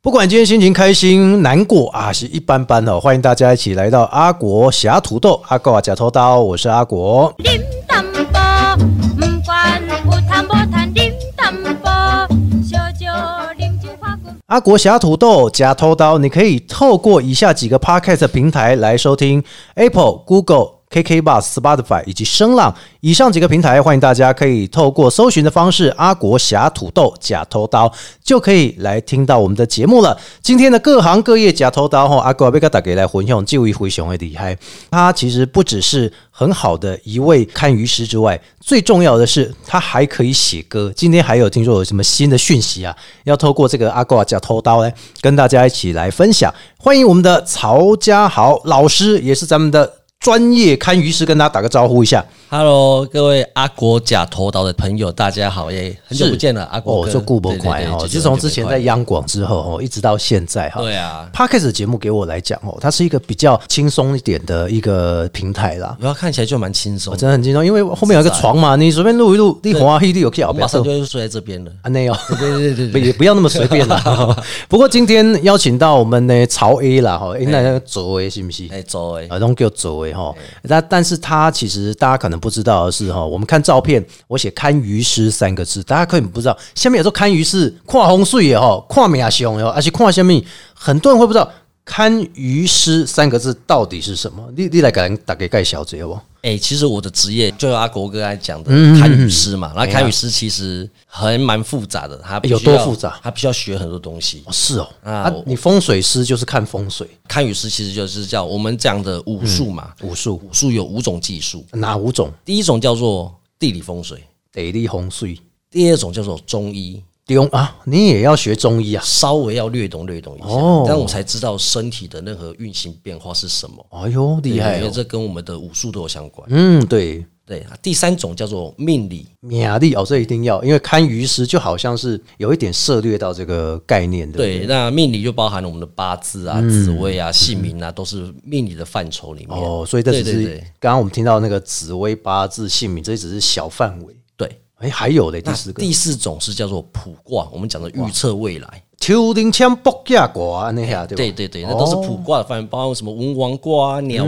不管今天心情开心、难过啊，是一般般哦。欢迎大家一起来到阿国侠土豆阿国啊假头刀，我是阿国。 điểm tâm bò Mù quan bù tham bò than điểm tâm bò Cho cho điểm chữ khoa của 阿国侠土豆假偷刀，你可以透过以下几个 podcast 平台来收听 Apple、Google。KK Bus、Spotify 以及声浪以上几个平台，欢迎大家可以透过搜寻的方式“阿国侠土豆假偷刀”就可以来听到我们的节目了。今天的各行各业假偷刀哈，阿国被他打给来混用，这位回熊的厉害。他其实不只是很好的一位看鱼师之外，最重要的是他还可以写歌。今天还有听说有什么新的讯息啊？要透过这个阿国假偷刀呢，跟大家一起来分享。欢迎我们的曹家豪老师，也是咱们的。专业堪舆师跟大家打个招呼一下。 Hello，各位阿国假头岛的朋友，大家好耶！很久不见了，阿国哦，哥。就顾不快对对哦，对自从之前在央广之后哦，一直到现在哈。对啊 p o d c a s 节目给我来讲哦，它是一个比较轻松一点的一个平台啦，然后看起来就蛮轻我松，哦真的很轻松，因为后面有一个床嘛，你随便录一录，地滑地有去我不马要上就会睡在这边了。啊内哦。对对对不对也 不要那么随便 啦。不过今天邀请到我们的曹 A 啦，哈，哎，那左 A 是不是？对，哎，走哎，啊，拢叫走诶哈。但但是他其实大家可能不知道的是哈，我们看照片，我写堪舆师三个字，大家可能不知道，下面有说堪舆师跨红水也哈，跨啊美亚熊哟，而且跨下面很多人会不知道堪舆师三个字到底是什么。你你来给人打给盖小姐不？哎，其实我的职业就像阿国哥来讲的，嗯堪舆师嘛。那堪舆师其实还蛮复杂的，他必须哎有多要复杂他必须要学很多东西哦。是哦，啊啊我，你风水师就是看风水堪舆师其实就是叫我们讲的武术嘛，武术武术有五种技术，哪五种？第一种叫做地理风水，地理风水第二种叫做中医。中啊，你也要学中医啊？稍微要略懂略懂一下，哦但我才知道身体的任何运行变化是什么。哎呦，厉害因为哦！这跟我们的武术都有相关。嗯，对，对，啊第三种叫做命理，免力哦，这一定要，因为堪舆师就好像是有一点涉略到这个概念，对不对？嗯对，那命理就包含了我们的八字啊、紫微啊、姓名啊，都是命理的范畴里面。哦，所以这只对对是对刚刚我们听到那个紫微八字姓名，这只是小范围。对，哎，还有嘞，第那四个，第四种是叫做卜卦，我们讲的预测未来。丘陵枪卜架卦那下，对吧？对对对，那都是卜卦的范围，包括什么文王哦卦啊、鸟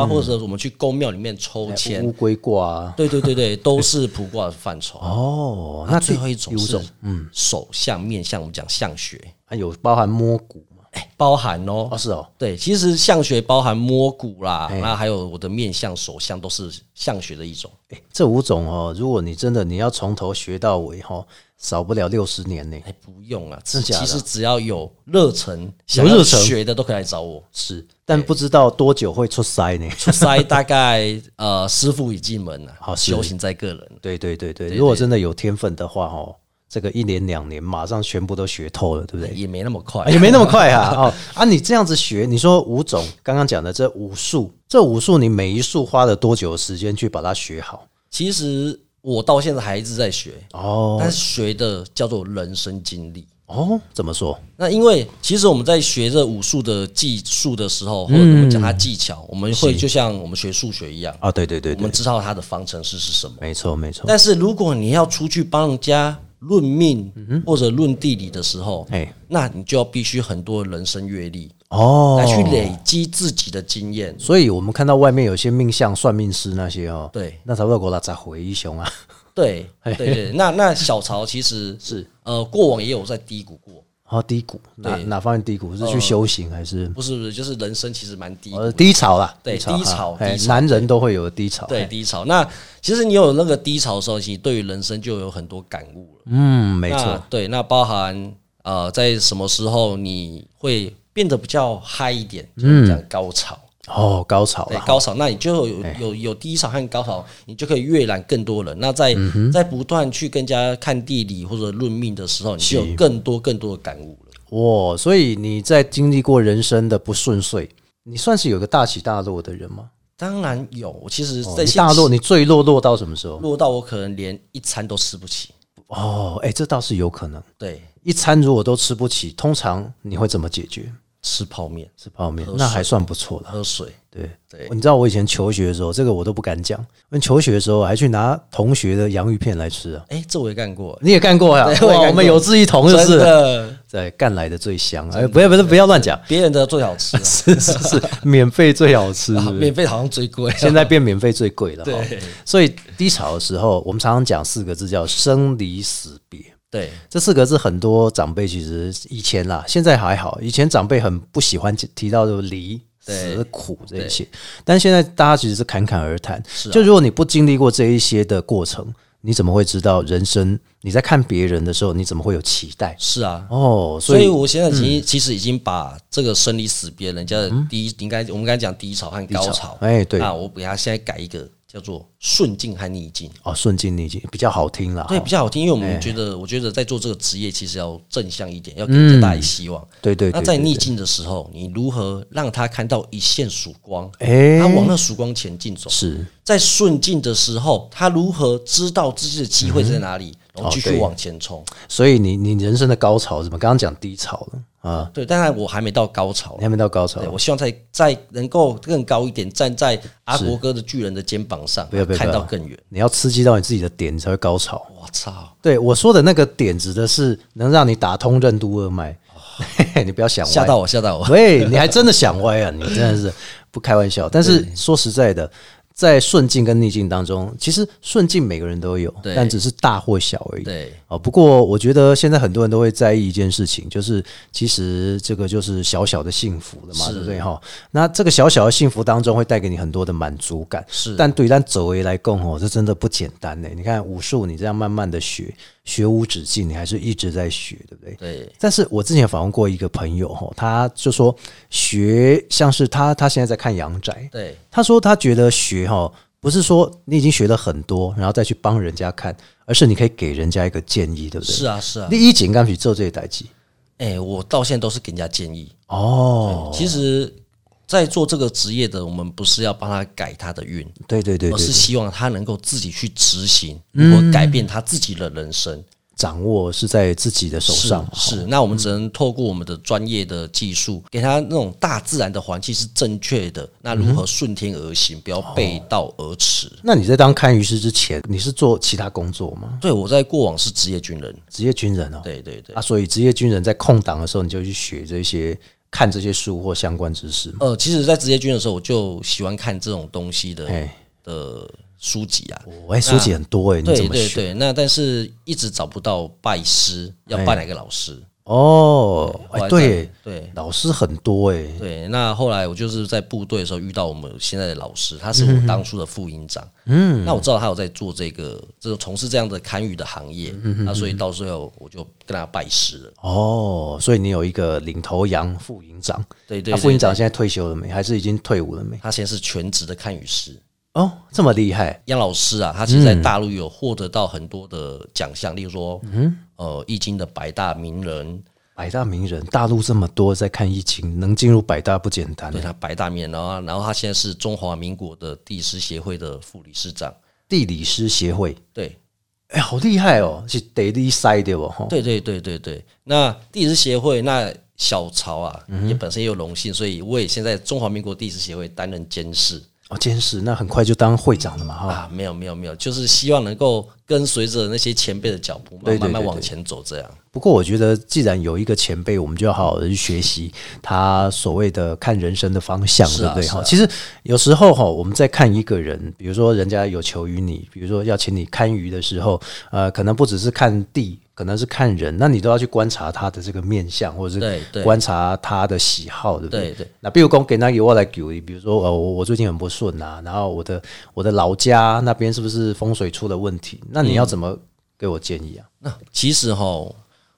嗯啊，或者我们去宫庙里面抽签乌。龟卦啊。对对对对，都是卜卦的范畴。哦，那啊最第后一种是，嗯，手相面相，我们讲相学，还有包含摸骨嘛？哎，包含哦，哦，是哦，对，其实相学包含摸骨啦，哎那还有我的面相、手相都是相学的一种。哎，这五种哦，如果你真的你要从头学到尾哈，少不了六十年呢。哎，不用啊，真只的假的其实只要有热忱，想热要忱。学的都可以来找我 是，但不知道多久会出塞呢？出塞大概呃，师傅已进门了、好哦是修行在个人。 对对对对，对如果真的有天分的话，哦，这个一年两年马上全部都学透了，对不对？也没那么快啊，也没那么快 啊！哦啊，你这样子学，你说五种刚刚讲的这武术，这武术你每一术花了多久的时间去把它学好？其实我到现在还一直在学，哦但是学的叫做人生经历。哦，怎么说？那因为其实我们在学这武术的技术的嗯时候，或者我们讲它技巧，我们会就像我们学数学一样，啊，对对对我对们，知道它的方程式是什么。没错没错。但是如果你要出去帮人家论命或者论地理的时候嗯哎，那你就要必须很多人生阅历哦来，去累积自己的经验。所以我们看到外面有些命相、算命师那些哦，对那差不多给我咋回一雄啊？ 对哎对对，那那小曹其实是呃，过往也有在低谷过，哦，低谷哪对哪方面低谷？是去修行还是？不是不是，就是人生其实蛮低谷的呃，低潮啦，哦对低潮哎低潮男人都会有低潮，对哎，低潮。那其实你有那个低潮的时候，你对于人生就有很多感悟了。嗯，没那错，对，那包含呃，在什么时候你会变得比较嗨一点，就是讲高潮。哦，嗯高哎潮对了，高潮，那你就有有有低潮和高潮，你就可以阅览更多人。那在嗯在不断去跟人家看地理或者论命的时候，你就有更多更多的感悟了。哇，所以你在经历过人生的不顺遂，你算是有个大起大落的人吗？当然有，其实哦在你现大实落，你最落落到什么时候？落到我可能连一餐都吃不起。哦，哎，这倒是有可能，对，一餐如果都吃不起，通常你会怎么解决？吃泡面、吃泡面喝，水那还算不错了。喝水。对哦对你知道我以前求学的时候，这个我都不敢讲。我求学的时候还去拿同学的洋芋片来吃啊，哎、这我也干过，你也干过呀、对哇，我也干我们过有志一同，就真是的，对干来的最香。哎，不要不要不要乱 讲，别人的最好吃、啊，是是是，免费最好吃。啊是不是免费好像最贵。啊现在变免费最贵了。哈对所以低潮的时候，我们常常讲四个字叫生离死别。对这四个字很多长辈其实以前啦，现在还好，以前长辈很不喜欢提到就离。对死苦这一些，但现在大家其实是侃侃而谈。啊就如果你不经历过这一些的过程，你怎么会知道人生？你在看别人的时候，你怎么会有期待？是啊，哦，所所以以嗯我现在其实、其实已经把这个生离死别人家的低，应该我们刚才讲低潮和高低潮潮，哎对那我啊给它现在改一个叫做顺境和逆境。哦，哎顺境逆境比较好听啦。对，哈比较好听，因为我们觉得，我觉得在做这个职业，其实要正向一点，要给人家大家希望。对嗯对对那在对逆境的时候，你如何让他看到一线曙光？哎他往那曙光前进走。是在顺境的时候，他如何知道自己的机会在哪里，然后继哦续对往前冲？所以你你人生的高潮是什么？刚刚讲低潮了啊，对，当然我还没到高潮你还。没到高潮对，，我希望在在能够更高一点，站在阿国哥的巨人的肩膀上不要不要，看不到要更远。你要刺激到你自己的点，你才会高潮。我操！对我说的那个点，指的是能让你打通任督二脉。嘿 嘿，你不要想歪哦吓到我，吓到我！喂，你还真的想歪啊！你真的是不开玩笑。但是说实在的，在顺境跟逆境当中，其实顺境每个人都有，对但只是大或小而已。对哦，不过我觉得现在很多人都会在意一件事情，就是其实这个就是小小的幸福了嘛，对不对哈？那这个小小的幸福当中会带给你很多的满足感，是但对但走为来共哦，这真的不简单呢。你看武术，你这样慢慢的学，学无止境，你还是一直在学，对不对？对，但是我之前访问过一个朋友哈，他就说学像是他他现在在看阳宅，对，他说他觉得学哈，不是说你已经学了很多，然后再去帮人家看，而是你可以给人家一个建议，对不对？是啊，是啊。你一紧干去做这一代机哎，我到现在都是给人家建议，哦，其实，在做这个职业的，我们不是要帮他改他的运，对对对而对嗯是，希望他能够自己去执行，如何改变他自己的人生。掌握是在自己的手上，是是，那我们只能透过我们的专业的技术，给他那种大自然的环境是正确嗯的。那如何顺天而行，不要背道而驰？那你在当堪舆师之前，你是做其他工作吗？对我在过往是职业军人，职业军人哦，对对对啊，。所以职业军人在空档的时候，你就去学这些、看这些书或相关知识嘛。呃，其实，在职业军人的时候，我就喜欢看这种东西的哎，的书籍啊。我哎，书籍很多哎，你怎对么对学？对，那但是一直找不到拜师，要拜哪个老师？哦，后哎，来对在，对老师很多哎，对，那后来我就是在部队的时候遇到我们现在的老师，嗯他是我当初的副营长。嗯，那我知道他有在做这个，这种从事这样的堪舆的行业，嗯那所以到最后我就跟他拜师了。哦，所以你有一个领头羊副营长，对对那对，副营长对现在退休了没？还是已经退伍了没？他先是全职的堪舆师。哦，这么厉害，杨老师啊，他嗯其实在大陆有获得到很多的奖项，例如说，嗯呃，易经的百大名人，百大名人，大陆这么多在看疫情，能进入百大不简单对。他百大名人，然后然后他现在是中华民国的地师协会的副理事长。地理师协会，对，哎，好厉害哦，是地理赛对不？哈，对对对对对，那地质协会那小曹啊，嗯也本身也有荣幸，所以我也现在中华民国地质协会担任监事哦，监事，那很快就当会长了嘛，哈、啊，没有没有没有，就是希望能够跟随着那些前辈的脚步，对对慢慢慢对往对前走，这样不过我觉得，既然有一个前辈，我们就要好好的去学习他所谓的看人生的方向，是对啊不对？是哈、啊其实有时候哈，我们在看一个人，比如说人家有求于你，比如说要请你看鱼的时候，呃，可能不只是看地，可能是看人，那你都要去观察他的这个面相，或者对是对观察他的喜好，对不对？对对那比如讲，给那个我来举例，比如说呃，我我最近很不顺啊，然后我的我的老家那边是不是风水出了问题？那你嗯要怎么给我建议啊？那其实哈，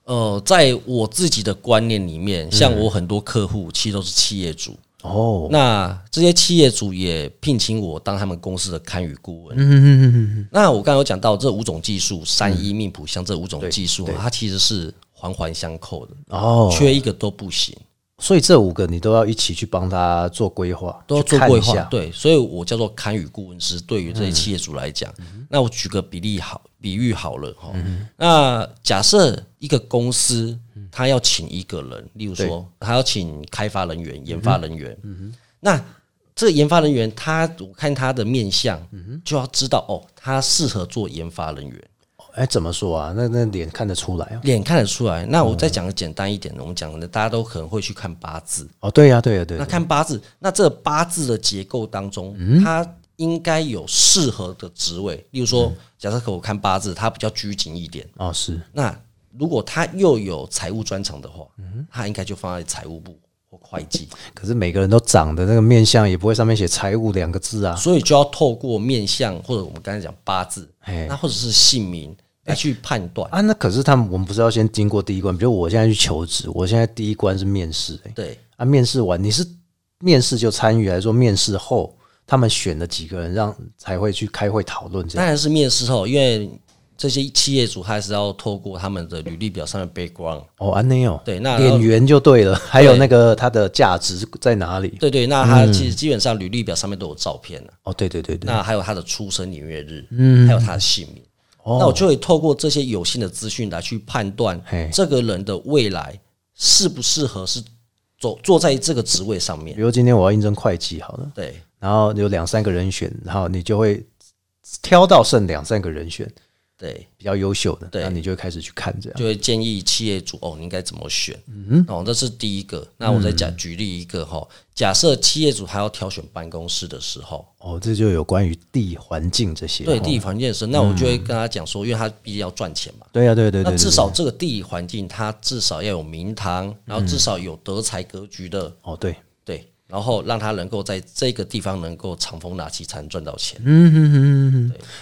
呃，在我自己的观念里面，嗯像我很多客户其实都是企业主，哦，那这些企业主也聘请我当他们公司的堪舆顾嗯问。那我刚才有讲到这五种技术，三嗯一命谱像这五种技术，它其实是环环相扣的，哦，缺一个都不行。所以这五个你都要一起去帮他做规划，都要去做看规一划下，对，所以我叫做堪舆顾问师。对于这些企业主来讲，嗯那我举个比例好比喻好了哈。那假设一个公司，嗯他要请一个人，例如说，他要请开发人嗯员、研发人员，那这个研发人员他，我看他的面相，嗯就要知道哦，他适合做研发人员，哎，怎么说啊？那那脸看得出来啊？脸看得出来。那我再讲个简单一点的，我们讲的大家都可能会去看八字，哦，对呀、对呀、对、嗯那呀看八字，那这八字的结构当中，它应该有适合的职位。例如说，嗯假设我看八字，它比较拘谨一点，哦，是那如果他又有财务专长的话，嗯他应该就放在财务部或会计。可是每个人都长得那个面相也不会上面写财务两个字啊。所以就要透过面相或者我们刚才讲八字，哎那或者是姓名来去判断。啊，那可是他们，我们不是要先经过第一关？比如我现在去求职，我现在第一关是面试、哎，对，啊，面试完你是面试就参与，还是说面试后他们选了几个人让才会去开会讨论这当样？然是面试后，因为这些企业主他还是要透过他们的履历表上的 background。哦，安内哦，对那演员就对了，还有那个他的价值在哪里？对对，那嗯他其实基本上履历表上面都有照片啊了。哦，对对对对，那还有他的出生年月日，嗯，还有他的姓名。哦那我就会透过这些有限的资讯来去判断嘿这个人的未来适不适合是坐坐在这个职位上比面。如今天我要应征会计好了，对然后有两三个人选，然后你就会挑到剩两三个人选对，比较优秀的，对那你就会开始去看这样。就会建议企业主哦，你应该怎么选？嗯，哦，这是第一个。那我再嗯讲举例一个哈、哦，假设企业主他要挑选办公室的时候，哦，这就有关于地环境这些。对哦地理环境的时候，那我就会跟他讲说，因为他毕竟要赚钱嘛。对呀、啊对对对那对至少这个地理环境，它至少要有名堂，然嗯后至少有德才格局的，哦对，对，然后让他能够在这个地方能够长风纳气，才能赚到钱。嗯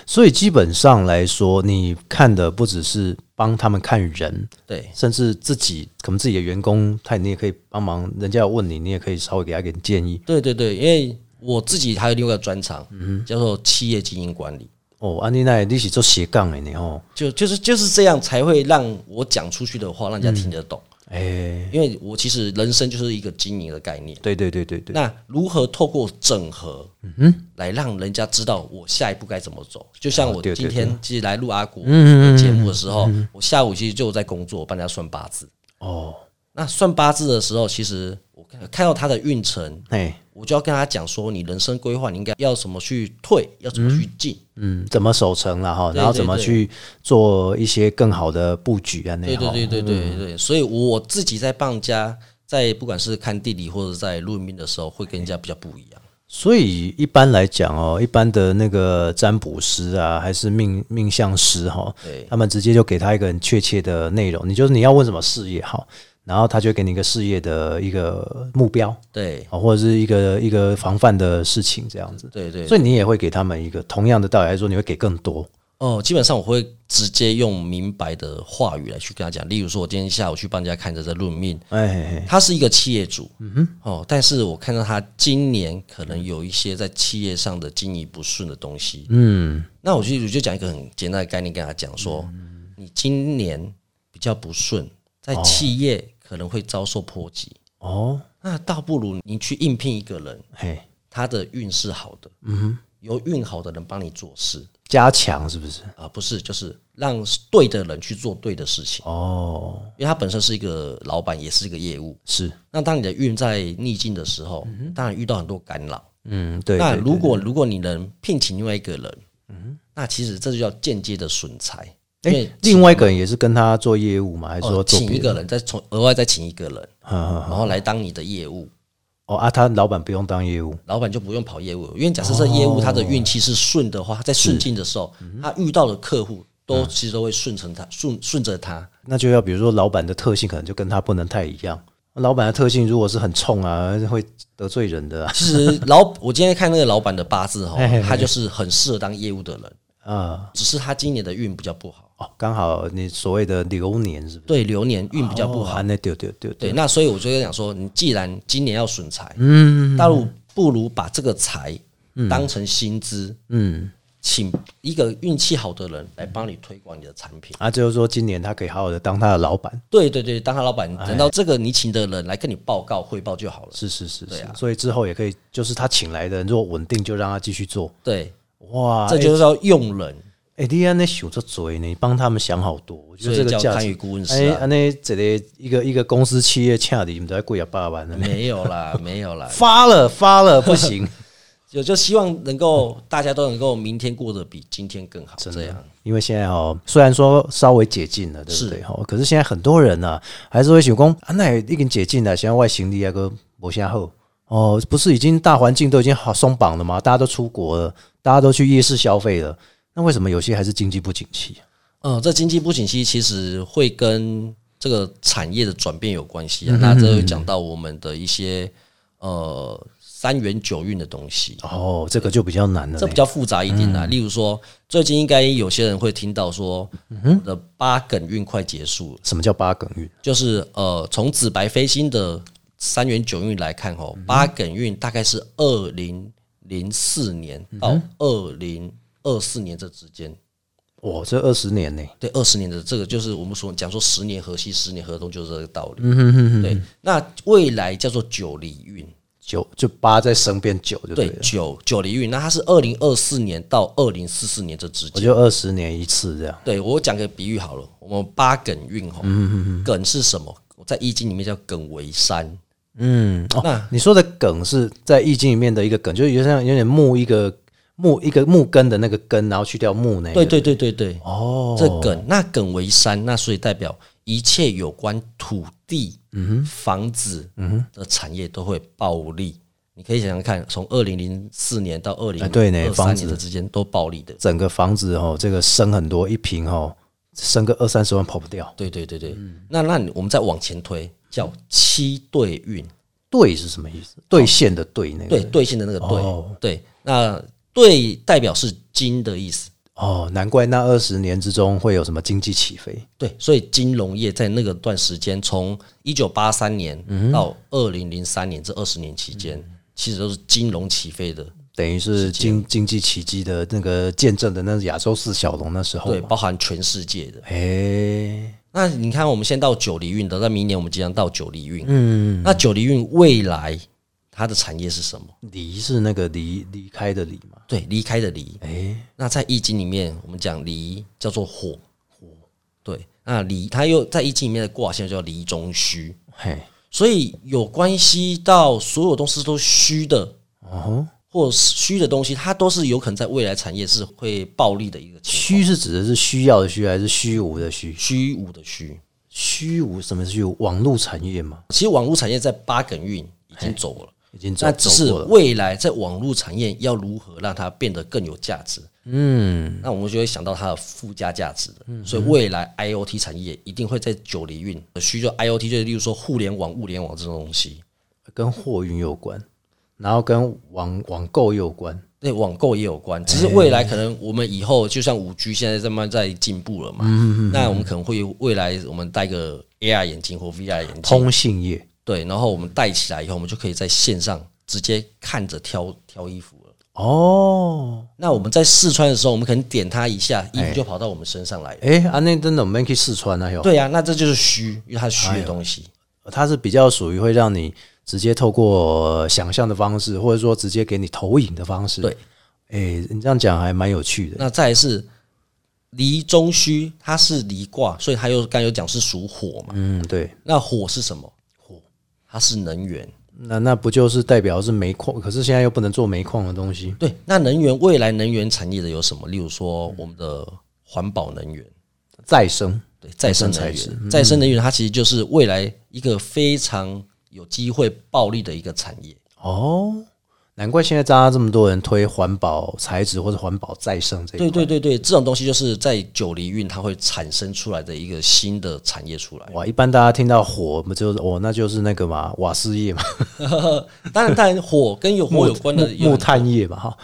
所以基本上来说，你看的不只是帮他们看人，对甚至自己可能自己的员工，他你也可以帮忙，人家要问你，你也可以稍微给他一点建议。对对对，因为我自己还有另外一个专长，嗯叫做企业经营管理，哦，安妮奈，你是做斜杠的你哦，就就是就是这样才会让我讲出去的话让人家听得懂。哎、因为我其实人生就是一个经营的概念，对对对对对，那如何透过整合，嗯来让人家知道我下一步该怎么走？就像哦我对对嗯今对天其实来录阿古的节目的时嗯候，我下午其实就在工作，帮人家算八字。哦，那算八字的时候，其实我看看到他的运程，哎，我就要跟他讲说，你人生规划你应该要怎么去退，要怎么去进。嗯，怎么守成了哈，对然后怎么对去做一些更好的布局啊？那对对哈对对对对，所以我自己在帮人家在不管是看地理或者在论命的时候，会跟人家比较不一样。所以一般来讲哦，一般的那个占卜师啊，还是命命相师哈、对他们直接就给他一个很确切的内容，你就是你要问什么事业好，然后他就给你一个事业的一个目标对啊，或者是一个一个防范的事情这样子。对对，所以你也会给他们一个同样的道理来说，你会给更多哦，基本上我会直接用明白的话语来去跟他讲。例如说，我今天下午去帮人家看这在论命，哎嘿嘿他是一个企业主，嗯哼，哦，但是我看到他今年可能有一些在企业上的经营不顺的东西，嗯，那我就我就讲一个很简单的概念跟他讲说，你今年比较不顺，在企业可能会遭受波及，哦那倒不如你去应聘一个人，嘿，他的运是好的，嗯哼，由运好的人帮你做事加强是不是？啊，不是就是让对的人去做对的事情，哦，因为他本身是一个老板，也是一个业务，是，那当你的运在逆境的时候，当然遇到很多干扰。嗯，对。那对嗯如果如果你能聘请另外一个人，那其实这就叫间接的损财。因哎为，另外一个人也是跟他做业务嘛，还是说哦做请别一的？个人，再从额外再请一个人，嗯嗯然后来当你的业务，哦啊，他老板不用当业务，老板就不用跑业务了。因为假设这业务哦他的运气是顺的话，在顺境的时候，嗯他遇到的客户都其实都会顺承他，顺顺着他。那就要比如说老板的特性可能就跟他不能太一样。老板的特性如果是很冲啊，会得罪人的啊其实老我今天看那个老板的八字哈嘿嘿嘿，他就是很适合当业务的人，啊。只是他今年的运比较不好。哦，刚好你所谓的流年是不是？对流年运比较不好。哦啊那对对对对，对，那所以我就跟他讲说，你既然今年要损嗯财，嗯，大陆不如把这个财当成薪资，嗯，请一个运气好的人来帮你推广你的产品。啊，就是说今年他可以好好的当他的老板，对对对，当他老板，等到这个你请的人来跟你报告汇报就好了。是是是对是，啊所以之后也可以，就是他请来的人如果稳定，就让他继续做。对，哇，这就是要用人。哎、你安尼想做嘴呢，你帮他们想好多，我觉得这个所以叫价参值与顾问师哎，啊安尼这个一个一个公司企业请你，你们都要贵啊八万呢。没有啦，没有啦，发了 发了，不 行，就就希望能够大家都能够明天过得比今天更好，真这样的。因为现在哦，虽然说稍微解禁了，对不是对？哦，可是现在很多人呢、还是会想讲，啊，那已经解禁了，现在外行李啊个无啥好哦，不是已经大环境都已经好松绑了吗？大家都出国了，大家都去夜市消费了，那为什么有些还是经济不景气？啊嗯，这经济不景气其实会跟这个产业的转变有关嗯系啊。那这会讲到我们的一些呃三元九运的东西，哦，嗯这个就比较难了呢。这比较复杂一点啊。例如说，最近应该有些人会听到说，嗯我的八艮运快结束了，什么叫八梗运？就是呃从紫白飞星的三元九运来看哦，八艮运大概是二零零四年到二零二四年这之间。哇，这二十年呢、对，二十年的这个就是我们所讲说十年河西，十年河东，就是这个道理。对，那未来叫做九离运，九就八在身边九就对对了，，九九离运，那它是二零二四年到二零四四年这之我间。就二十年一次这样。对我讲个比喻好了，我们八艮运吼，艮是什么？在易经里面叫艮为山，嗯，哦，那你说的梗是在易经里面的一个梗，就是有点像有点木一个木一个木根的那个根，然后去掉木那个。对对对对对，哦，这艮那艮为山，那所以代表一切有关土地、嗯房子的产业都会暴利。你可以想想看，从二零零四年到二零哎对呢二房三子年的之间都暴利的。整个房子哦，这个升很多，一平哦，升个二三十万跑不掉。对对对对，嗯那那你我们再往前推，叫七对运，兑是什么意思？兑现的兑那个。对兑现的那个对、嗯哦对，那对代表是金的意思。哦，难怪那二十年之中会有什么经济起飞。对，所以金融业在那个段时间，从一九八三年到二零零三年这二十年期间，其实都是金融起飞的。等于是经经济奇迹的那个见证的那亚洲四小龙那时候对，嘛，包含全世界的。哎，那你看，我们先到九离运的，那明年我们即将到九离运。嗯，那九离运未来它的产业是什么？离是那个离离开的离嘛，对，离开的离。哎，那在易经里面，我们讲离叫做火，火。对，那离它又在易经里面的卦象叫离中虚，嘿，所以有关系到所有东西都是虚的，哦，或虚的东西，它都是有可能在未来产业是会暴利的一个情虚是指的是需要的虚还是虚无的虚？虚无的虚。虚无什么是虚无？网络产业嘛，其实网络产业在八艮运已经走了，已经走那只是走过了。未来在网络产业要如何让它变得更有价值。嗯，那我们就会想到它的附加价值嗯的，所以未来 IOT 产业一定会在九离运虚，就 IOT 就是例如说互联网、物联网这种东西，跟货运有关，然后跟网网购有关。对网购也有关，只是未来可能我们以后就像五 G 现在慢慢在进步了嘛，那我们可能会未来我们戴个 AR 眼镜或 VR 眼镜，通信业对，然后我们戴起来以后，我们就可以在线上直接看着挑挑衣服了。哦，那我们在试穿的时候，我们可能点它一下，衣服就跑到我们身上来了。哎，啊，那真的我们去试穿啊，哟，对呀、那这就是虚，因为它是虚的东西。它是比较属于会让你直接透过想象的方式，或者说直接给你投影的方式。对，哎，你这样讲还蛮有趣的。那再来是离中虚，它是离卦，所以它又刚才有讲是属火嘛。嗯，对，那火是什么？火，它是能源。那那不就是代表是煤矿？可是现在又不能做煤矿的东西对，那能源未来能源产业的有什么？例如说我们的环保能源，再生。对，再嗯生能源，再生能源它其实就是未来一个非常有机会暴利的一个产业。哦，难怪现在大家这么多人推环保材质或者环保再生这一对块。对对对，这种东西就是在九黎运它会产生出来的一个新的产业出来。哇，一般大家听到火，不就是哦，那就是那个嘛，瓦斯业 嘛，当然，当然火跟有火有关的木有。炭业嘛，哈，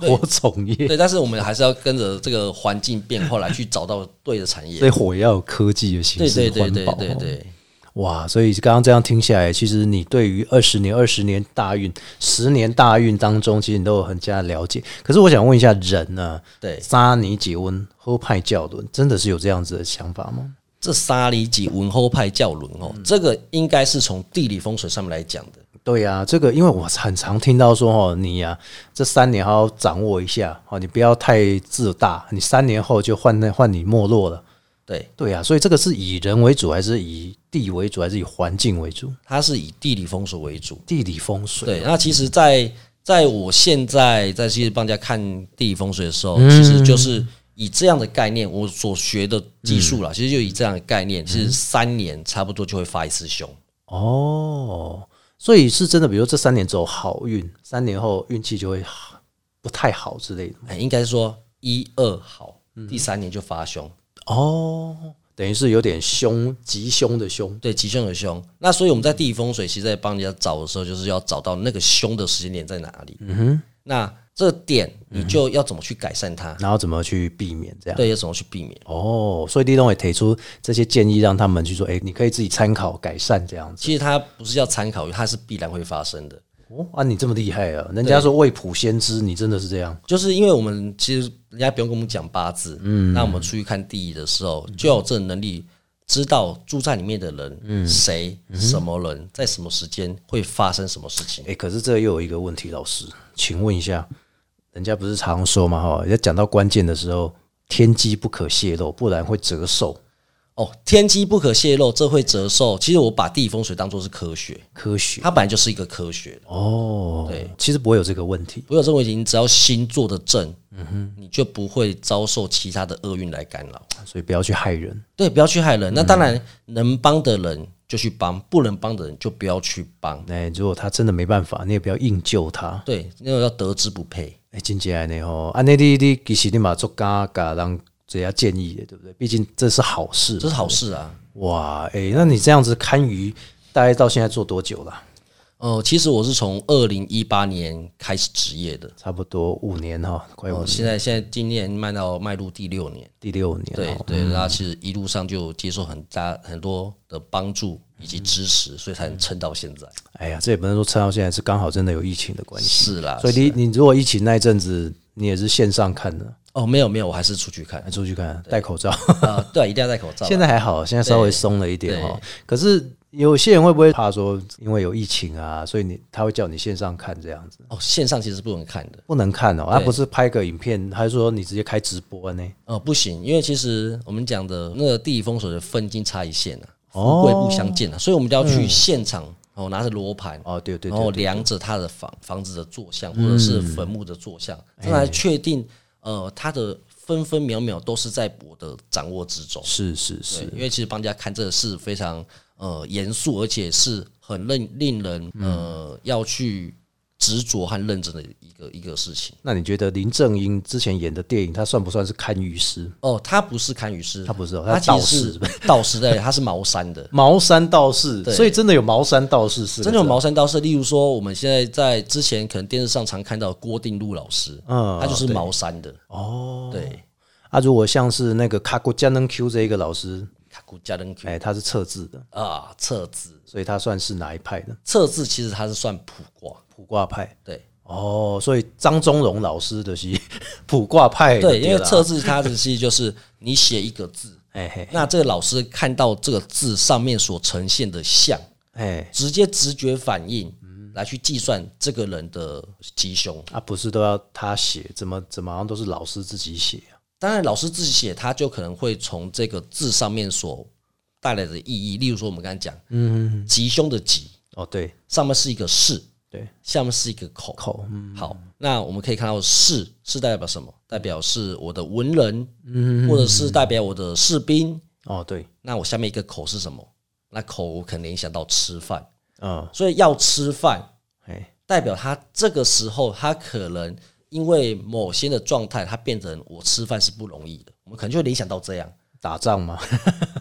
火种业。对，但是我们还是要跟着这个环境变化来去找到对的产业所以。火也要有科技的形对式对环对对保。对对，哇，所以刚刚这样听下来，其实你对于二十年、二十年大运、十年大运当中，其实你都有很加的了解。可是我想问一下，人呢、对杀你结婚喝派教伦，真的是有这样子的想法吗？这沙里几文后派教轮哦，这个应该是从地理风水上面来讲的。对呀、这个因为我很常听到说哦，你呀、这三年好好掌握一下哦，你不要太自大，你三年后就换那换你没落了。对，对呀、所以这个是以人为主，还是以地为主，还是以环境为主？它是以地理风水为主。地理风水，对，那其实在，在我现在在去帮人家看地理风水的时候，其实就是以这样的概念，我所学的技术啦，其实就以这样的概念，其实三年差不多就会发一次凶。哦，所以是真的，比如这三年走好运，三年后运气就会好不太好之类的。哎，应该说一二好，第三年就发凶，哦，等于是有点凶，吉凶的凶。对，吉凶有凶。那所以我们在地理风水，其实在帮人家找的时候，就是要找到那个凶的时间点在哪里。嗯哼，嗯那这点你就要怎么去改善它？然后怎么去避免这样？对，要怎么去避免？哦，所以立东也提出这些建议，让他们去说，哎，你可以自己参考改善这样子。其实它不是要参考，它是必然会发生的。哦，啊，你这么厉害啊！人家说未卜先知，你真的是这样。就是因为我们其实人家不用跟我们讲八字，那我们出去看地理的时候，就要有这能力知道住在里面的人，谁、什么人，在什么时间会发生什么事情。哎、可是这又有一个问题，老师，请问一下，人家不是常说嘛，哈，人家讲到关键的时候，天机不可泄露，不然会折寿。哦，天机不可泄露，这会折寿。其实我把地理风水当做是科学，科学它本来就是一个科学。哦，对，其实不会有这个问题。我有认为，你只要心做的正，嗯你就不会遭受其他的厄运来干扰。所以不要去害人。对，不要去害人。那当嗯然，能帮的人就去帮，不能帮的人就不要去帮。哎、如果他真的没办法，你也不要硬救他。对，那个要得之不配。哎、真进来呢吼，啊，那你你其实你嘛做嘎嘎让人家建议的，对不对？毕竟这是好事，这是好事啊。哇！哎、那你这样子堪舆，大概到现在做多久了、呃，其实我是从二零一八年开始职业的，差不多五年哈，快五我年，现在现在今年迈到迈入第六年，第六年。对对，然嗯后其实一路上就接受很大很多的帮助以及支持，所以才能撑到现在。哎呀，这也不能说撑到现在，是刚好真的有疫情的关系。是啊啦，所以你你如果疫情那一阵子，你也是线上看的，哦，没有没有，我还是出去看还出去看，戴 口罩。啊，对，一定要戴口罩啊。现在还好，现在稍微松了一点哦。可是有些人会不会怕说，因为有疫情啊，所以你他会叫你线上看这样子，哦，线上其实是不能看的，不能看哦。他不是拍个影片，他说你直接开直播呢？哦，不行，因为其实我们讲的那个地理风水的分金差一线啊，富贵不相见啊，所以我们就要去现场哦，拿着罗盘嗯哦，对对然后对，嗯量着他的房房子的坐向，或者是坟墓的坐向，哎这来确定呃他的分分秒秒都是在我的掌握之中。是是对是，因为其实帮人家看这个是非常呃严肃，而且是很令令人嗯呃要去执着和认真的一个一个事情。那你觉得林正英之前演的电影，他算不算是堪舆师？哦，他不是堪舆师，他不是哦他他其实道是 道士对，他是茅山 的。茅山道士，对所以真的有茅山道士是真的有茅山道士，例如说我们现在在之前可能电视上常看到郭定路老师，嗯他就是对茅山的哦，对，啊。如果像是那个卡古加能 Q 这一个老师，卡古加登 Q 哎，他是测字的，啊，测字，所以他算是哪一派的？测字其实它是算卜卦，普卦派。对哦，所以张忠荣老师的是 普卦派的啦，对，因为测字它的其实就是你写一个字，哎 嘿那这个老师看到这个字上面所呈现的像，哎直接直觉反应来去计算这个人的吉凶。啊，不是都要他写，怎么怎么好像都是老师自己写啊、当然，老师自己写，他就可能会从这个字上面所带来的意义，例如说我们刚才讲，嗯，吉凶的吉哦，对上面是一个士，对，下面是一个口。口嗯好，那我们可以看到士是代表什么？代表是我的文人，嗯，或者是代表我的士兵。哦对，那我下面一个口是什么？那口我可能联想到吃饭，嗯所以要吃饭，哎代表他这个时候他可能因为某些的状态，他变成我吃饭是不容易的，我们可能就会联想到这样。打仗嘛，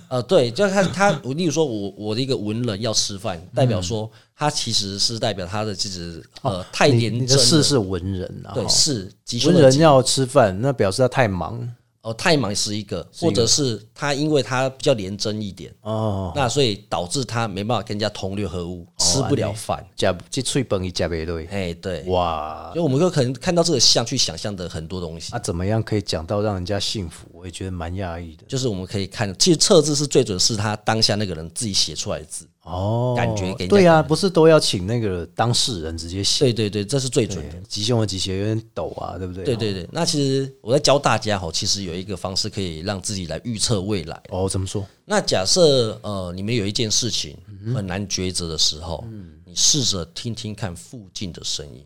呃，对，就他他，我例如说我我的一个文人要吃饭，代嗯表说他其实是代表他的其实呃太哦你廉你贞的了，士是文人啊，对哈是吉凶文的吉人要吃饭，那表示他太忙哦，太忙是一个，或者是他因为他比较廉贞一点，哦，那所以导致他没办法跟人家同流合污，吃不了饭。加这脆本一加不对，哎，对，哇所以，我们就可能看到这个像去想象的很多东西啊，，怎么样可以讲到让人家幸福？我也觉得蛮讶异的。就是我们可以看，其实测字是最准，是他当下那个人自己写出来的字。哦，感觉给人家对啊，不是都要请那个当事人直接写，对对对，这是最准的。吉凶和吉邪有点抖啊，对不对？对对对，那其实我在教大家哈，其实有一个方式可以让自己来预测未来。哦，怎么说？那假设呃，你们有一件事情嗯很难抉择的时候，你试着听听看附近的声音，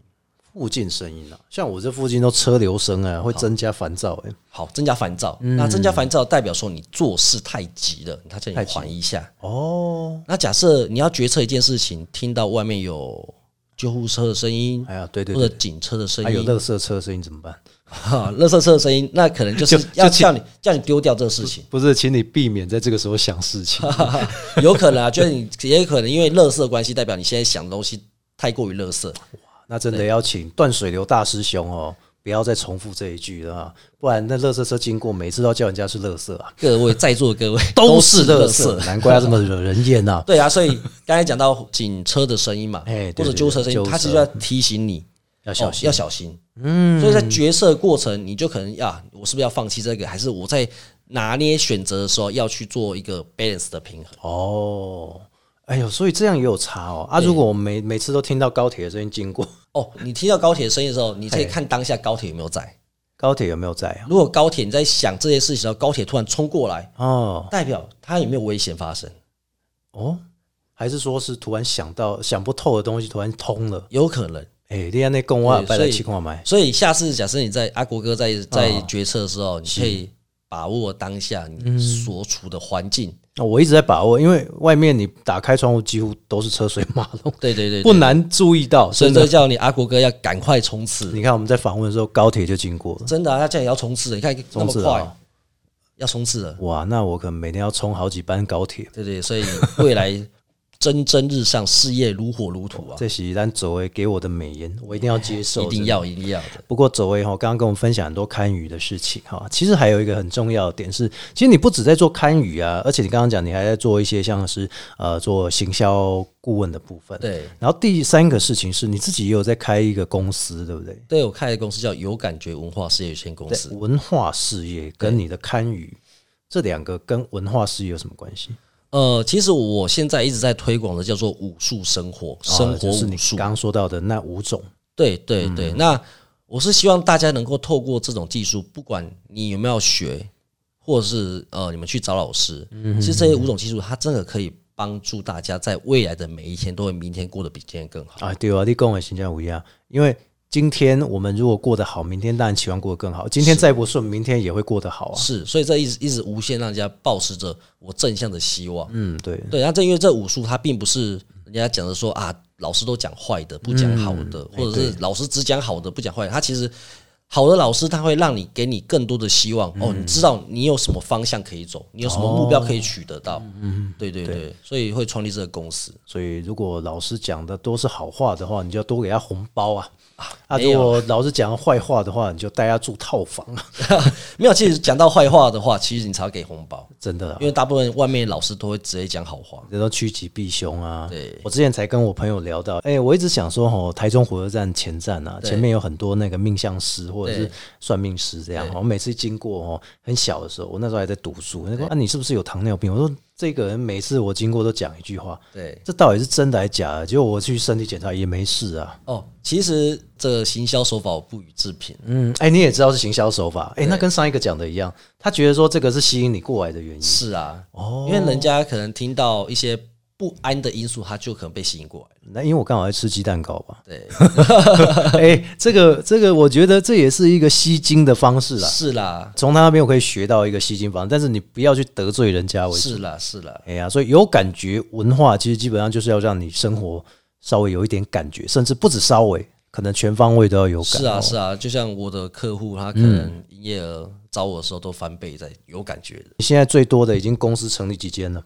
附近声音啊，像我这附近都车流声啊，会增加烦躁、欸。好，增加烦躁。嗯那增加烦躁代表说你做事太急了，他叫你太急缓一下。哦，那假设你要决策一件事情，听到外面有救护车的声音，哎呀，对对或者对，警车的声还有音，垃圾车声音怎么办？哈，垃圾车的声音，那可能就 是就要就叫你叫你丢掉这个事情。不是，请你避免在这个时候想事情。 有可能啊，就是你也有可能因为乐色关系，代表你现在想的东西太过于乐色。那真的要请断水流大师兄哦，不要再重复这一句了啊，不然那垃圾车经过，每次都要叫人家是垃圾啊，各位在座 的各位垃垃圾，圾。难怪要这么惹人厌呐、啊。对啊，所以刚才讲到警车的声音嘛，哎对或者对纠车声纠车音，它其实就要提醒你要小心 哦要小心。嗯，所以在决策过程，你就可能呀，我是不是要放弃这个，还是我在拿捏选择的时候要去做一个 balance 的平衡？哦，哎呦，所以这样也有差哦。啊，如果我每每次都听到高铁的声音经过， 哦，你听到高铁的声音的时候，你可以哎看当下高铁有没有在。高铁有没有在啊？如果高铁你在想这些事情的时候，高铁突然冲过来，哦代表它有没有危险发生？哦，还是说是突然想到想不透的东西突然通了？有可能。哎、你安那公我对拜所来以七块买所以下次假设你在阿国哥在在哦决策的时候，你可以把握当下你所处的环境。那哦我一直在把握，因为外面你打开窗户几乎都是车水马龙，对对对不对，难注意到。所以真这的，叫你阿国哥要赶快冲刺。你看我们在访问的时候，高铁就经过了，真的啊，他叫你要冲刺，你看那冲么刺快啊，要冲刺了。哇，那我可能每天要冲好几班高铁。对对，所以未来蒸蒸日上，事业如火如荼啊，这是咱走为给我的美言，我一定要接受， 一定要一定要的。不过走位哈，刚刚跟我们分享很多堪舆的事情哈，其实还有一个很重要的点是，其实你不只在做堪舆啊，而且你刚刚讲你还在做一些像是呃做行销顾问的部分。。对然后第三个事情是你自己也有在开一个公司，对不对？对，我开的公司叫有感觉文化事业有限公司。文化事业跟你的堪舆这两个跟文化事业有什么关系？呃，其实我现在一直在推广的叫做武术生活，生啊活就是武你术。刚刚说到的那五种对对对，那我是希望大家能够透过这种技术，不管你有没有学，或者是呃你们去找老师，其实这些五种技术，它真的可以帮助大家在未来的每一天，都会明天过得比今天更好。啊，对啊，你跟我形象不一样，因为。今天我们如果过得好，明天当然期望过得更好。今天再不顺，明天也会过得好啊。是，所以这一直一直无限让人家保持着我正向的希望。嗯，对，对，那这因为这武术它并不是人家讲的说啊，老师都讲坏的，不讲好的，或者是老师只讲好的不讲坏的。他其实好的老师，他会让你给你更多的希望、哦，你知道你有什么方向可以走，你有什么目标可以取得到。嗯，对对对，所以会创立这个公司。 所以如果老师讲的都是好话的话，你就要多给他红包啊。啊，没如有果老师讲坏话的话，你就带他住套房啊。没有，其实讲到坏话的话，其实你才要给红包，真的啊因，为大部分外面老师都会直接讲好话。人都趋吉避凶啊。对我之前才跟我朋友聊到，哎、我一直想说，哦，台中火车站前站啊，对前面有很多那个命相师或者是对算命师这样。对我每次经过哦，很小的时候，我那时候还在读书，他说：“啊，你是不是有糖尿病？”我说：“这个人每次我经过都讲一句话，对，这到底是真的还是假的？”结果我去身体检查也没事啊。哦，其实这个行销手法我不予置评。嗯，哎、你也知道是行销手法，哎、对那跟上一个讲的一样，他觉得说这个是吸引你过来的原因。是啊，哦因为人家可能听到一些不安的因素，他就可能被吸引过来。，那因为我刚好在吃鸡蛋糕吧 对，哎、这个这个，我觉得这也是一个吸睛的方式啦。是啦，从他那边我可以学到一个吸睛方式，但是你不要去得罪人家为主。是啦，是啦，哎呀，所以有感觉文化其实基本上就是要让你生活稍微有一点感觉，甚至不止稍微，可能全方位都要有感。是啊，哦嗯是啊。就像我的客户，他可能营业额找我的时候都翻倍，在有感觉的。你现在最多的已经公司成立几间了？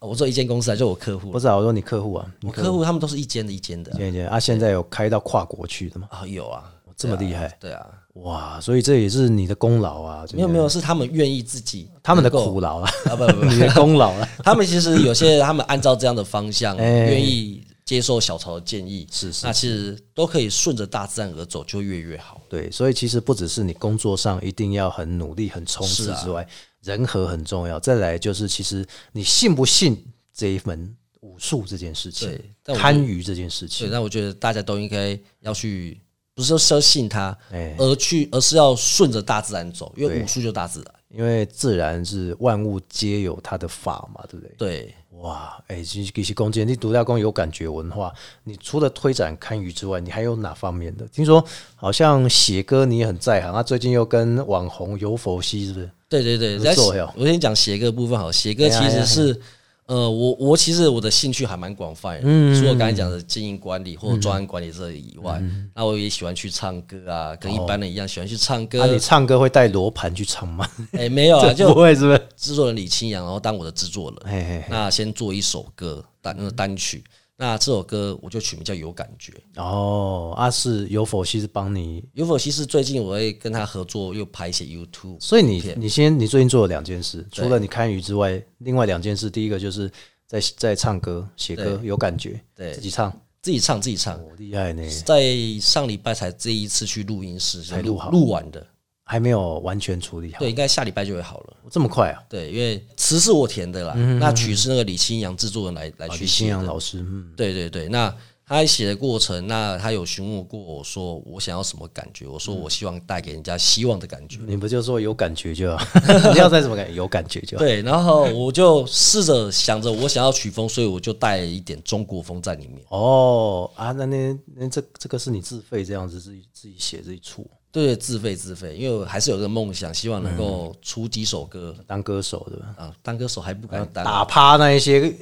哦我做一间公司啊，就我客户不，是、啊，我说你客户啊，你我客户他们都是一间的一间的啊现在啊，现在有开到跨国去的吗？啊，有啊，这么厉害，对啊，哇！所以这也是你的功劳啊，没有没有，是他们愿意自己他们的能够苦劳 啊，啊，不不不，你 的功劳啊，他们其实有些人他们按照这样的方向，哎愿意接受小曹的建议，是是那其实都可以顺着大自然而走，就越越好。对，所以其实不只是你工作上一定要很努力、很冲刺是啊之外，人和很重要。再来就是，其实你信不信这一门武术这件事情对，但我觉得堪舆这件事所以，情，那我觉得大家都应该要去，不是说相信他，哎而去，而是要顺着大自然走，因为对武术就大自然。因为自然是万物皆有它的法嘛，对不对？对，哇，哎、其实其实弓箭，你读大弓有感觉文化，你除了推展堪舆之外，你还有哪方面的？听说好像写歌你也很在行啊，最近又跟网红游佛西是不啊是？对对对，不人家错写哟我先讲写歌的部分好，写歌哎呀其哎呀实是，呃，我我其实我的兴趣还蛮广泛的，嗯除了刚才讲的经营管理或专案管理这以外，嗯那我也喜欢去唱歌啊，跟一般人一样喜欢去唱歌哦啊，。你唱歌会带罗盘去唱吗？哎，没有啊，不就会是不是？制作人李清扬，然后当我的制作人，嘿嘿嘿，那先做一首歌单呃单曲，那这首歌我就取名叫《有感觉》。哦，阿、是有佛西是帮你，有否其实最近我会跟他合作，又拍一些 YouTube。所以你你先你最近做了两件事，除了你堪舆之外，另外两件事，第一个就是在在唱歌写歌有感觉，对自己唱，自己唱自己唱，我哦厉害呢，在上礼拜才这一次去录音室才录好录完的， 还没有完全处理好，对，应该下礼拜就会好了。这么快啊？对，因为词是我填的啦，那曲是那个李清扬制作人来来啊去嗯李写新阳的。老师，嗯，对对对，那他写的过程，那他有询问过我说我想要什么感觉，我嗯说我希望带给人家希望的感觉。你不就说有感觉就好？ 你要再怎么感觉有感觉就好。对，然后我就试着想着我想要曲风，所以我就带一点中国风在里面。哦啊，那那那这这个是你自费这样子自己自己写自己出对对，自费自费，因为我还是有这个梦想，希望能嗯够出几首歌、当歌手的，啊，当歌手还不敢当，打趴那一些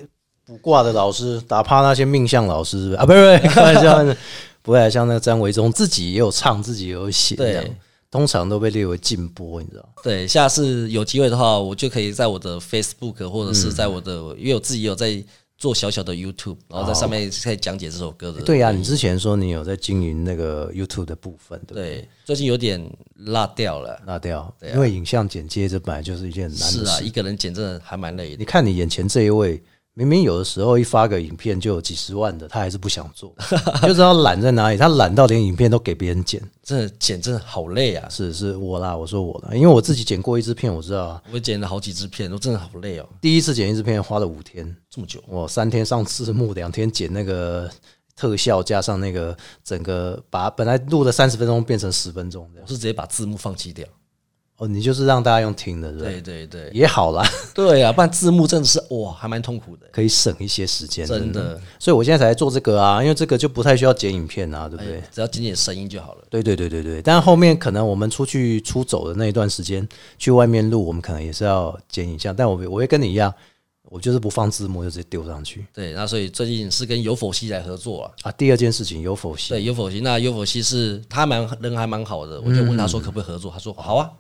卜卦的老师，打趴那些命相老师是不是 啊，不是不是，开玩笑的，不会啊像那个詹维忠自己也有唱，自己也有写，对这样通常都被列为禁播，你知道？对，下次有机会的话，我就可以在我的 Facebook 或者嗯是在我的，因为我自己有在做小小的 YouTube，然后在上面可以讲解这首歌的。哦对啊呀、你之前说你有在经营那个 YouTube 的部分，对不对？对，最近有点落掉了。那掉，因为影像剪接这本来就是一件很难是的啊，事。一个人剪真的还蛮累你的。看你眼前这一位，明明有的时候一发个影片就有几十万的，他还是不想做， 你就知道懒在哪里。他懒到连影片都给别人剪，真的剪真的好累啊！是是我啦，我说我啦，因为我自己剪过一支片，我知道啊。我剪了好几支片，都真的好累哦，第一次剪一支片花了五天，这么久。我三天上字幕，两天剪那个特效，加上那个整个把本来录了三十分钟变成十分钟这我样。是直接把字幕放弃掉。哦，你就是让大家用听的，是吧？对对对，也好啦， 对啊，不然字幕真的是哇，还蛮痛苦的，可以省一些时间。嗯真的。所以我现在才做这个啊，因为这个就不太需要剪影片啊，对不对？哎只要剪剪声音就好了。对对对对对，但后面可能我们出去出走的那一段时间，去外面录，我们可能也是要剪影像，但我我会跟你一样，我就是不放字幕，就直接丢上去对，那所以最近是跟有否西来合作啊。啊。第二件事情有否戏对，有否西，那有否西是他蛮人还蛮好的，我就问他说可不可以合作，他说好啊。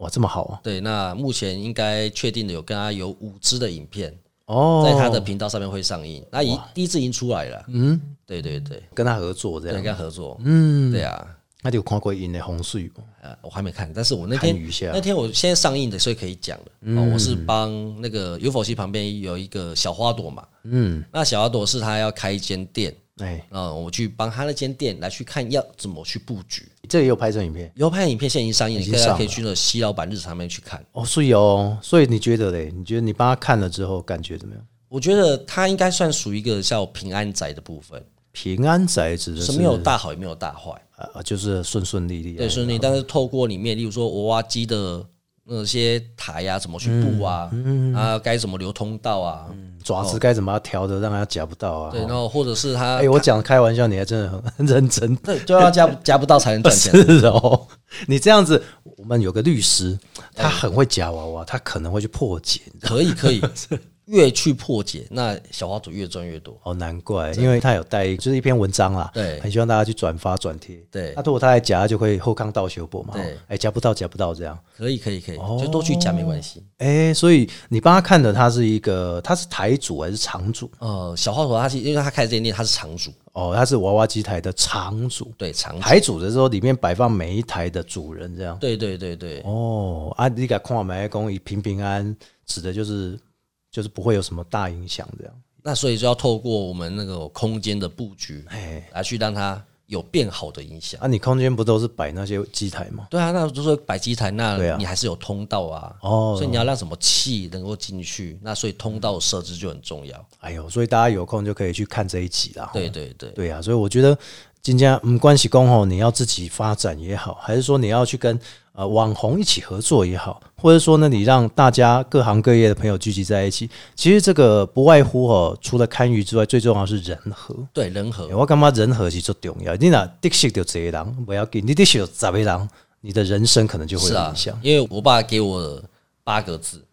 哇，这么好啊！对，那目前应该确定的有跟他有五支的影片哦，在他的频道上面会上映，那已第一支已经出来了。嗯，对对对，跟他合作这对，跟样，他合作。嗯，对啊。那你有看过赢的洪水吗？呃，我还没看，但是我那看天一下那天我现在上映的，所以可以讲了。哦，我是帮那个有否西旁边有一个小花朵嘛，嗯，那小花朵是他要开一间店，哎，呃，我去帮他那间店来去看要怎么去布局。这也有拍成影片以后拍影片现在已经上映，已你经大家上可以了去那个西老板日常那边去看。哦，是有哦。所以你觉得嘞？你觉得你帮他看了之后感觉怎么样？我觉得它应该算属于一个叫平安宅的部分，平安宅指的是是没有大好也没有大坏，呃，就是顺顺利利啊，对顺利。但是透过里面，例如说娃娃机的那些台啊，怎么去布啊，嗯啊该怎么流通道啊，爪子该怎么调的，让他夹不到啊。对，哦然后或者是它哎、我讲开玩笑，你还真的很 很认真。对就要加加不到才能赚钱。 是哦，你这样子，哎我们有个律师，他很会夹娃娃，他可能会去破解。 可以可以，越去破解，那小花组越赚越多。哦，难怪，因为他有带就是一篇文章啦，对很希望大家去转发转贴。对那如果他来夹，就会后康到修补嘛。对哦哎，夹不到，夹不到这样。可以，可以，可以，就多去讲没关系。哎，所以你帮他看的，他是一个，他是台主还是场主？呃，小花组他是因为他开这间店，他是场主，哦，他是娃娃机台的场主。对场主，台主的时候，里面摆放每一台的主人这样。对对对对，哦，啊，你给看完买公益平平安安，指的就是就是不会有什么大影响这样。那所以就要透过我们那个空间的布局，哎，来去让它有变好的影响。啊，你空间不都是摆那些机台吗？对啊，那就是摆机台，对啊那你还是有通道啊。哦所以你要让什么气能够进去，那所以通道设置就很重要。哎呦，所以大家有空就可以去看这一集啦。对对对，对啊，所以我觉得今天嗯，关系公吼，你要自己发展也好，还是说你要去跟呃网红一起合作也好，或者说呢，你让大家各行各业的朋友聚集在一起，其实这个不外乎哦，除了堪舆之外，最重要的是人和。对人和欸我感觉人和是最重要。你若得失就这个人，不要紧，你得失就十个人，你的人生可能就会是有啊影响。，嗯因为我爸给我八个字，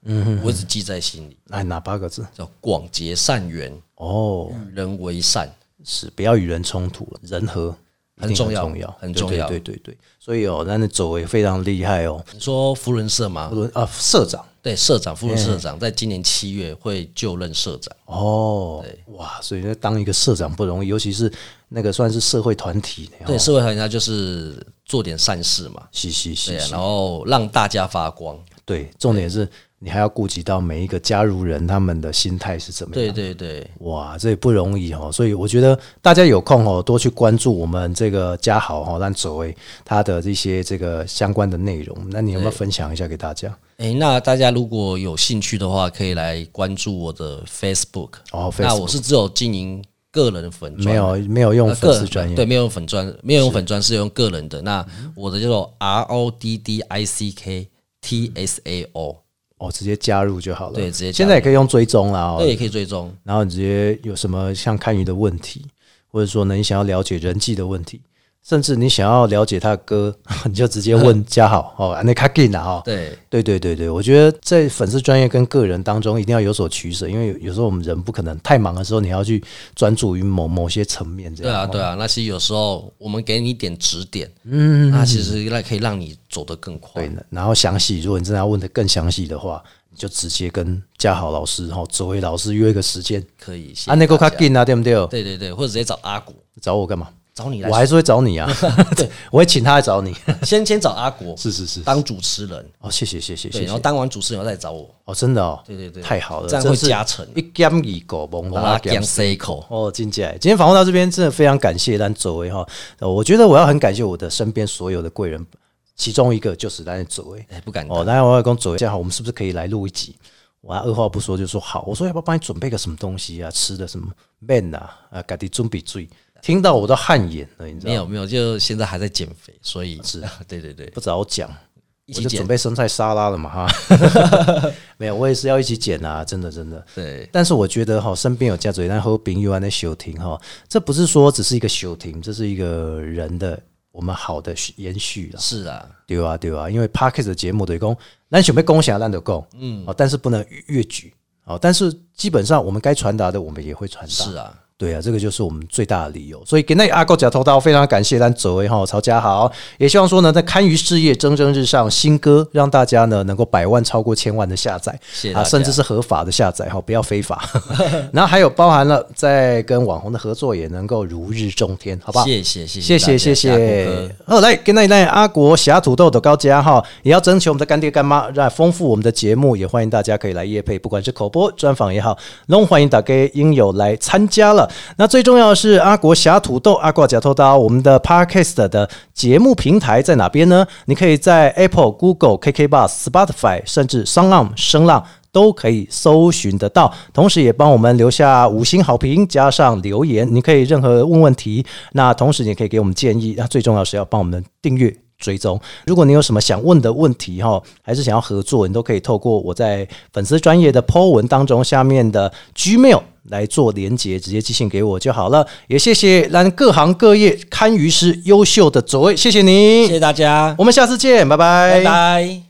我一直记在心里，哎、哪八个字？叫广结善缘，哦，与人为善。是不要与人冲突了，人和一定很重要重要，很重要对对对对对所以哦，那你走也非常厉害哦。你说福伦社吗？伦啊，社长对，呃社长、副社长在今年七月会就任社长。嗯哦，哇，所以那当一个社长不容易，尤其是那个算是社会团体呢。对，哦，社会团体他就是做点善事嘛，是是对是啊、是，然后让大家发光。对，重点是你还要顾及到每一个加入人他们的心态是怎么样。对对对，哇，这也不容易哦，所以我觉得大家有空哦，多去关注我们这个嘉豪哈、哦，让走为他的这些这个相关的内容。那你有没有分享一下给大家？诶，那大家如果有兴趣的话，可以来关注我的 Facebook。哦，那 Facebook 我是只有经营个人粉专，没有没有用呃粉个丝专人业，对，没有用粉专，没有用粉专是用个人的。那我的叫做 R O D D I C K T S A O，哦，直接加入就好了。对直接加入现在也可以用追踪啦哦。对，也可以追踪。然后你直接有什么像看鱼的问题，或者说呢，你想要了解人际的问题，甚至你想要了解他的歌， 你就直接问嘉豪哦，那卡进啦哦。对，对对对对，我觉得在粉丝专业跟个人当中一定要有所取舍，因为有有时候我们人不可能太忙的时候，你要去专注于某某些层面这对啊，样。哦对啊。那其实有时候我们给你一点指点，嗯，那其实那可以让你走得更快。对然后详细，如果你真的要问的更详细的话，你就直接跟嘉豪老师、哈周伟老师约一个时间，可以谢谢啊，那个大卡家进啊，对不对？对对对，或者直接找阿国，找我干嘛？找你来我，还是会找你啊， 我会请他来找你。 先先找阿国是是是，当主持人， 哦，谢谢谢谢对，谢然后谢，当完主持人再找我，哦，真的哦，对对对太好了，这样会真是加成一减二狗蒙我拉拉讲减 C 口，哦，金姐，今天访问到这边，真的非常感谢咱周围哈。呃我觉得我要很感谢我的身边所有的贵人，其中一个就是咱周围。哎，不敢哦，当，然后我要跟周围讲好，我们是不是可以来录一集？我还二话不说就说好，我说要不要帮你准备个什么东西啊，吃的什么面啊，啊，赶紧准备醉，听到我都汗颜了，你知道没吗？有没有，就现在还在减肥，所以是， 对对对，不早讲，一我起就减准，备生菜沙拉了嘛哈。 没有，我也是要一起剪啊，真的真的。对但是我觉得哈，身边有家族，但和朋友安的休庭哈，这不是说只是一个休庭，这是一个人的我们好的延续啦，是啊，对啊对啊，因为 p a r k e s 的节目对公，咱想要共享，咱就共，嗯，哦，但是不能越矩，哦，但是基本上我们该传达的，我们也会传达，是啊，对啊，这个就是我们最大的理由。所以给那阿狗假头刀，非常感谢咱泽威哈曹家豪，也希望说呢，在堪舆事业蒸蒸日上，新歌让大家呢能够百万超过千万的下载，谢谢啊，大家甚至是合法的下载哈，不要非 法。然后还有包含了在跟网红的合作，也能够如日中天，好不好？谢谢谢谢谢谢谢大家阿国哥谢。好，来跟那那阿国侠土豆的高家哈，也要征求我们的干爹干妈，让丰富我们的节目，也欢迎大家可以来夜配，不管是口播、专访也好，都欢迎打给应有来参加了。那最重要的是阿国侠土豆、阿国假头刀，我们的 Podcast 的节目平台在哪边呢？你可以在 Apple、Google、KK Bus、Spotify，甚至 s o n g 声浪。都可以搜寻得到，同时也帮我们留下五星好评，加上留言，你可以任何问问题，那同时你也可以给我们建议，那最重要是要帮我们订阅。追踪，如果你有什么想问的问题哈，还是想要合作，你都可以透过我在粉丝专业的 Po 文当中下面的 Gmail 来做连接，直接寄信给我就好了。也谢谢让各行各业堪舆师优秀的走位，谢谢你，谢谢大家，我们下次见，拜拜。